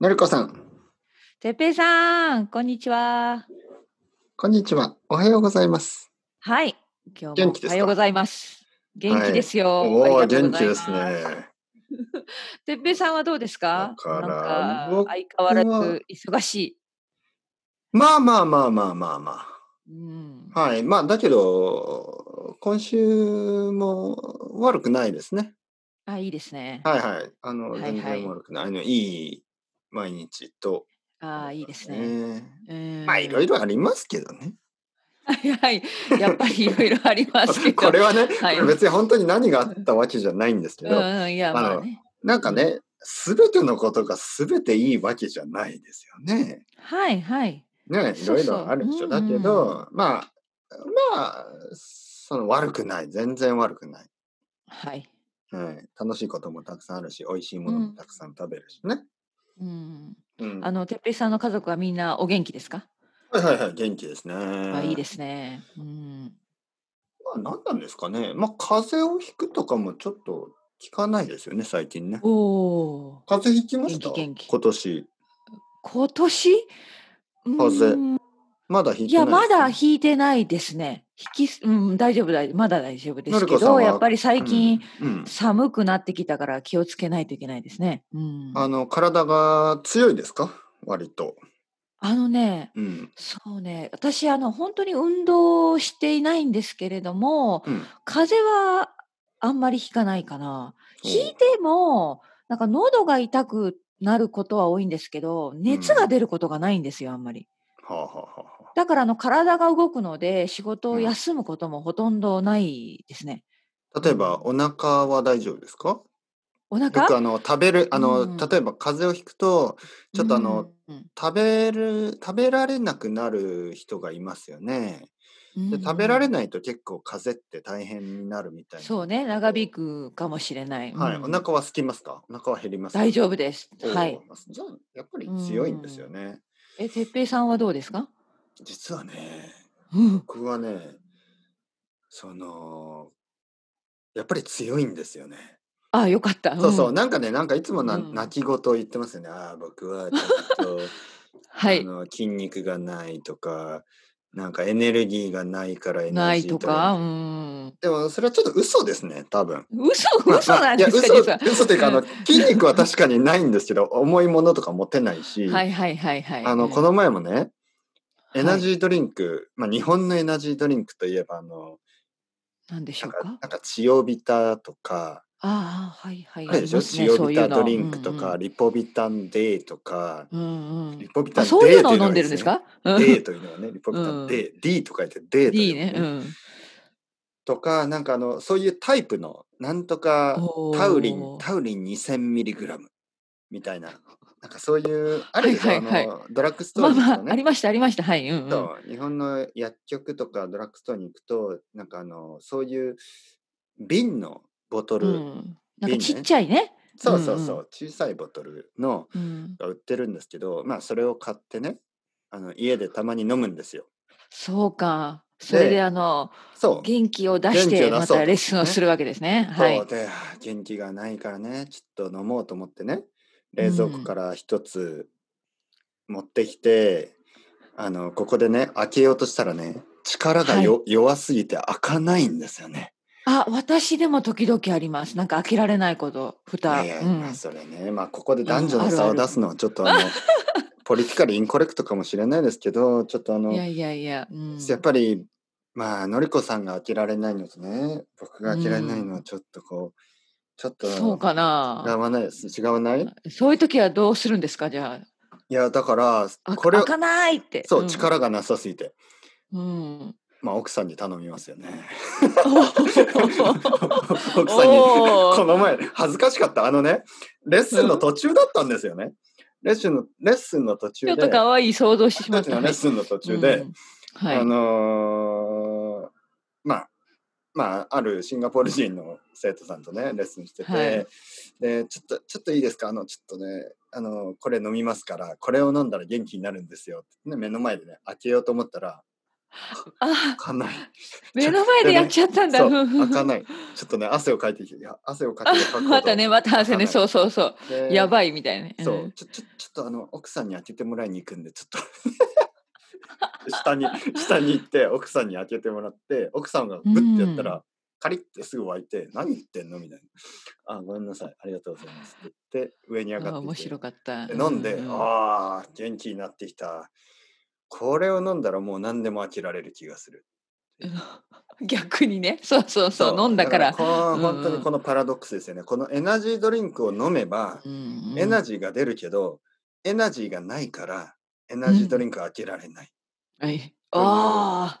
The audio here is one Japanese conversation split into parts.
のりこさん、てっぺいさん、こんにちは。こんにちは。おはようございます。はい。今日元も気ですかおはようございます。元気ですよ。おあお、りがと元うご気ざいで。ますね。てっぺいさんはどうですかだからなん僕はか相変わらず忙しい。まあまあまあまあまあまうん、あ。はい。まあ、だけど、今週も悪くないですね。あ、いいですね。はいはい。あの、はいはい全然悪くない。あの、いい毎日と。あーいいですね。ね。うんまあ、いろい。ろありますけどね。はいはい。やっぱりいろいろありますけど。 これはね、はいこれ別に本当に何があったわけじゃないんですけうど、んうん、いや、あのまあね。なんかね、すべてのことがすべていいわけじゃないですよね。はいはい。ね、いそうろそいうろあるでしょ。うんだけど、まあ、まあ、その悪くない。全然悪くない。はい。はい、楽しいこともたくさんあるし、美味しいものもたくさん食べるしね。うん。うんあの、てっぺいさんの家族はみんなお元気ですかはいはいはい、元気ですね。。あ、いいですすね。うん。まあ、何なんですかね。まあ、風邪をひくとかもちょっと聞かないですよね、最近ね。おお。風邪ひきました元気元気今年。今年風うんまだひいいてないでや、すね、まだ引いてないですね。引き、うん、大丈夫、大丈夫、まだ大丈夫ですのりこけさんど、はやっぱり最近、うん、うん寒くなってきたから気をつけないといけないですね。うん。あの、体が強いですか割と。あのね、うん。そうね、私、あの、本当に運動していないんですけれども、うん。風邪はあんまりひかないかな。そうひいても、なんか喉が痛くなることは多いんですけど、熱が出ることがないんですよ、あんまり。はあ、はあはあはあ、だからあの体が動くので仕事うをん休むこともほとんどないですね。例えばお腹は大丈夫ですかおよく腹あの食べるあの、うん例えば風邪をひくとちょっとあの、、うん食べる食べられなくなる人がいますよね。で食べられい、ないと結構風邪って大変になるみたいな。そうね長引くかもしれない。はい、うおん腹は空きますか？お腹は減りますか？大夫。丈夫です。はい。じゃあやっぱり強いんですよね。え哲平さんはどうですか？実はね、うん、僕はね、そのやっぱり強いんですよね。あよかった。そうそう、んなんかね、なんかいつもな、うん泣き言を言ってますよね。ああ、僕はちょっと、 はあい。の筋肉がないとか、なんかエネルギーがないからエなネルいギーとか。うん。でもそれはちょっと嘘ですね、多分。嘘まあ嘘なんですかいや実は。嘘嘘っていうか、あうの筋肉は確かにないんですけど、重いものとか持てないし、はいはいはいはい。あのこの前もね、エナー、ジードリンク、まあ日本のエナジードリンクといえばあのなんでしなんょうかか？なんかチオビタとか、ああはいはい。あるでしょ、ありますねチオビタドそうリいうンのクとか、リポビタンデーとか、うんうんうんリポビタあンそういう D とのをいうのが飲んででるすんですね。か？うん D というのは ね、リポビタうンん D、D と書いて D といいいうね。のねうん。とか、なんかあの、そういうタイプの、なんとかタウリン、タウリン 2000mg みたいな、なんかそういう、あるでしょ、はいはいはいあのドラッグストまアあに行くまとあ、あねり。ました、ありました。はい。うん、うん。そう日本の薬局とかドラッグストアに行くと、なんかあの、そういう瓶のボトル、うん、な瓶んかねちっちゃいね。、そうそうそううん小さいボトルのうん、が売ってるんですけど、まあそれを買ってね、あの家でたまに飲むんですよ。そうか。それでで、あの、そう。元気を出元し気を出そうて、まとたレッスンをするわけですね。そうはい。で元気がないからねちょっと飲もうと思ってね冷蔵庫から一つ持ってきて、あのここでね開けようとしたらね力がよ、弱すぎて開かないんですよね。あ、私でも時々あります。なんか開けられないこと、蓋。いやいうやまあん、それねまあここで男女うんあのる差あをる出すのはちょっとあの ポリティカルインコレクトかもしれないですけどちょっとあのいややいやいや。うん、っぱりまあのりこさんが開けられないのとね僕が開けられないのはちょっとこう、ちょっとそうか違な。わないです違わないそういう時はどうするんですか、じゃいやだからあ。あこれを開かないって。そう、ん。力がなさすぎてうん。まあ奥さんに頼みますよね お奥さんにおーこの前恥ずかしかったあのねレッスンの途中だったんですよね、レッスンのレッスンの途中ちょでっと可愛い想像してしま僕たっちのた。レッスンの途中で、うんはいあのーまあまあ、あるシンガポール人の生徒さんとねレッスンしてて、はいでちょっとちょっといいですかあのちょっとねあのこれ飲みますからこれを飲んだら元気になるんですよって、ね、目の前でね開けようと思ったら開あ、か ない。目の前でやっちゃったんだ。そううんう開んかない。ちょっとね、汗をかいてきて、いや汗をかいて書くほど またね、また汗ね、そうそうそう。でやばいみたいなね。んそう、ちょ、ちょ、ちょっとあの、奥さんに開けてもらいに行くんで、ちょっと。 下に、下に行って、奥さんに開けてもらって、奥さんがブッてやったら、カリッてすぐ沸いて、何言ってんのみたいな。あ、ごめんなさい、ありがとうございます。って言って、上に上がってきあて。面白かった。で飲んで、ううああ、元気になってきた。これを飲んだらもう何でも飽きられる気がする。 逆にね、そうそうそう、飲んだから。この本当うんうにんこのパラドックスですよね。このエナジードリンクを飲めば、エナジーが出るけど、エナジーがないから、エナジードリンクは開けられない。ー。はい。ああ、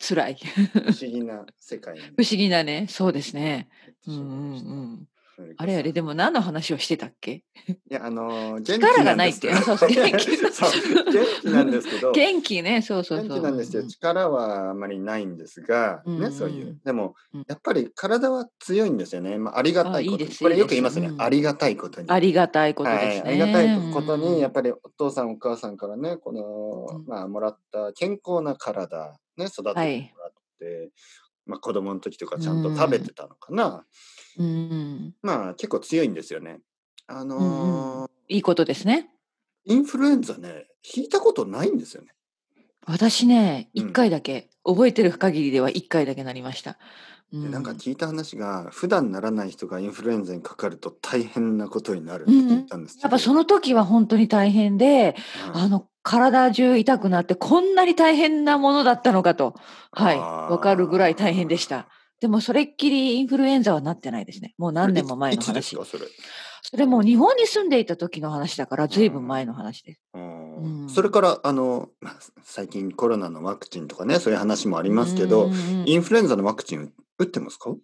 辛い。 不思議な世界なん不で思議なね、そうですね。うんうんうん。あれあれ、でも。も何の話をしてたっけいや、あのー、元気力がなんないでっすてけ いうど。そうそう元そう元気気なんですけど。元気ね、そうそうそう。元気なんですよ。力はあまりないんですが、うんうね、んそういう。でもうん、やっぱり体は強いんですよね。まあ、ありがたいことあに。いいですこれよく言いますよいいね。ですうんありがたいことに。ありがたいことはですい、ね。ありがたいことに、やっぱぱりお父さんお母さんからね、この、うんまあ、もらった健康な体、ね、育ててもらっはてい、まあ、子供の時とかちゃんと食べてたのかな。り、うん、まあ、結構強いんですよね。あうんのーいいことですね。インフルエンザね、引いたことないんですよね。私ね、うん一回だけ、覚えてる限りでは一回だけなりました。うでなんか聞いた話が、普段ならない人がインフルエンザにかかると大変なことになるって聞いたんですけどやっぱその時は本当に大変で、はいあの体中痛くなってこんなに大変なものだったのかと、はい、あーわかるぐらい大変でした。でもそれっきりインフルエンザはなってないですね。もう何年も前のいついつ話。ですか、それ。それもう日本に住んでいた時の話だから、ずいぶん前の話です。うんうんそれからあの、まあ、最近コロナのワクチンとかねそういう話もありますけど、うんうんうんいインフルエンザのワクチン打ってますか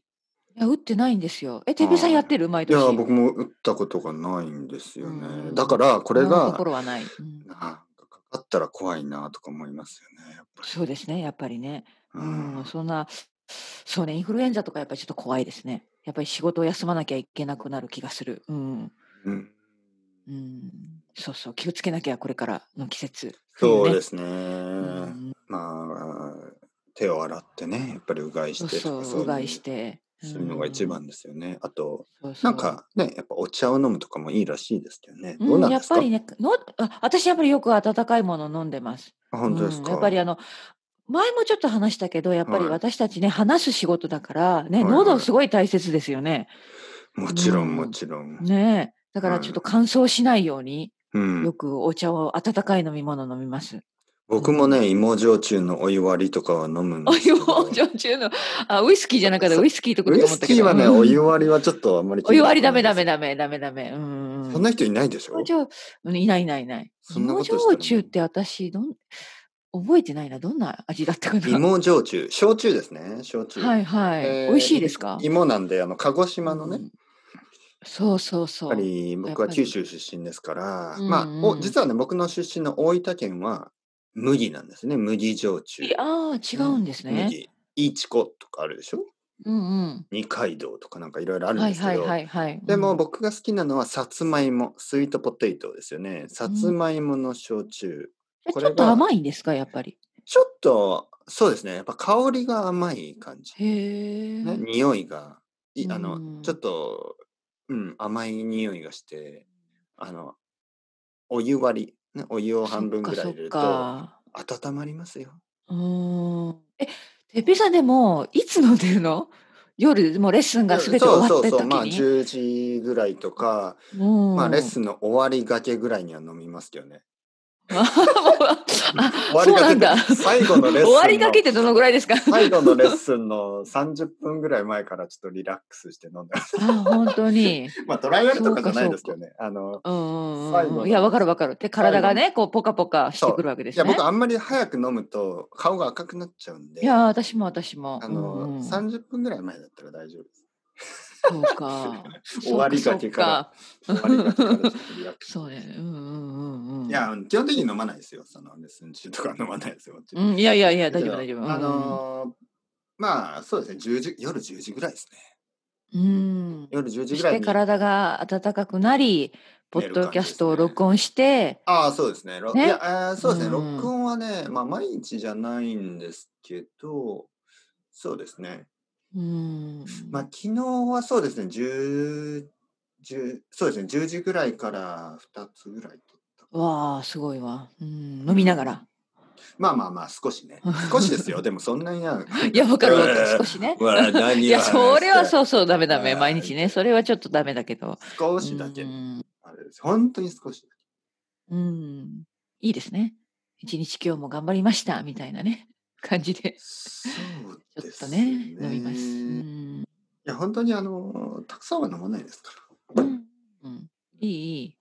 や打ってないんですよ。え、てびさんやってる毎い年。や僕も打ったことがないんですよね、うんだからこれ今のがところはない。うんなんかかかったら怖いなとか思いますよねやっぱりそうですね、やっぱりね。ううんん、そんな、そうね、インフルエンザとかやっぱりちょっと怖いですね。やっぱり仕事を休まなきゃいけなくなる気がする。うん。うんうん、そうそう、気をつけなきゃこれからの季節。。そうですすね、うん、まあ手を洗ってねやっぱりうがいそしうてとかそう、そううがいういして。そういうのが一番ですよね、あとうん。そなうそうんかねやっぱお茶を飲むとかもいいらしいですけどね、どう、うんなんやでっすかぱりねのあ、私やっぱりよく温かいもの飲んでます。あ本当ですうか、ん、やっぱりあの前もちょっと話したけど、やっぱりはい私たちね、話す仕事だから、はね、いはい喉すごい大切ですよね。もちろうんんもちろん。ねえ。だからちょっと乾燥しないように、うんよくお茶を温かい飲み物飲みます。僕もね芋焼酎のお湯割りとかは飲むんでおすけ湯ど。を常駐の、あ、ウイスキーじゃなかった、そうウイスキーとウかとイ思っスたけキーど。はね、うんお湯割りはちょっとあんまりお湯割りダメダメだ。ダメダメダメ。うんうん。そんな人いないでしょ芋焼うんいないいないいない。そんな芋ことしたら焼酎って私、どん、覚えてないな。どんな味だったかな。芋焼酎。焼酎ですね。焼酎。はいはい。えー美味しいですか芋なんで、あの、鹿児島のね、うやんそうそうそっぱう。り僕やっはぱり九州出身ですから、うんうんまあ、お実はね、僕の出身の大分県は麦なんですね。麦焼酎。いああ、違うんですね。麦。いちことかあるでしょうん二階堂とかなんかいろいろあうん。るんはでいすけど、はいはいはい。でもうん僕が好きなのはさつまいもスイートポテトですよねさつまいもの焼酎、えこちれがょっと甘いんですか、やっぱり。ちょっとそうですねやっぱ香りが甘い感じ、へえ。ね、匂いがいあの、うんちょっと、うん、甘い匂いがしてあのお湯割り、ね、お湯を半分ぐらい入れるそっとか温まりますよそっかうーん。え、てっぺいさんでも、いつ飲んでるの 夜、もうレッスンがすべて終わったそうそう時そうまあに。 10時ぐらいとか、うんまあレッスンの終わりがけぐらいには飲みますよね ああ、終そわうなりんがだ。けって最後のレッスンの 終わりかけってどのぐらいですか最後のレッスンの30分ぐらい前からちょっとリラックスして飲んで ます。 あ本当に。まあトライアルとかじゃないですけどね。あのうんうん最う後んうのん。いや、わかるわかる。で、体がね、こう、ポカポカしてくるわけでいすやね。僕あんまり早く飲むと顔が赤くなっちゃうんで。いや、私も私も。あの、うんうん30分ぐらい前だったら大丈夫 です。そうか。 終わりかけからそ終うわりかがけからちょっとリラックス。そうね。うんうんうんうん。いや基本的に飲まないですよ。そのレッスン中とか飲まないですよ。うん、いやいやいや、だ大け丈ど夫大丈夫。あのーまあそうですね。10時夜10時ぐらいですね。うん。夜10時そぐしらていに。体が暖かくなり、ポッドキャストを録音して、ああ、そうですね。ろねいや、あーそうですね。うん録音はね、まあ、毎日じゃないんですけど、そうですね。うん。まあ、昨日はそうですね、10、10そうですね、10時ぐらいから2つぐらい撮った。わあ、すごいわ。うん、飲みながら。まあまあまあ、少し ね。少しですよ。でも、そんなにな。いや、わかるわかうる。ん少 しね。うわ何いや、を話してそれはそうそう、ダメダメ。うん毎日ね。それはちょっとダメだけど。少しだけう。ん。あれです本当に少しだけ。うんいいですね。一日今日も頑張りました、みたいなね。感じで。そうちょでっとすね、飲みます。ういん。や、本当にあの、たくさんは飲まないですから。うん。うんいい、いい。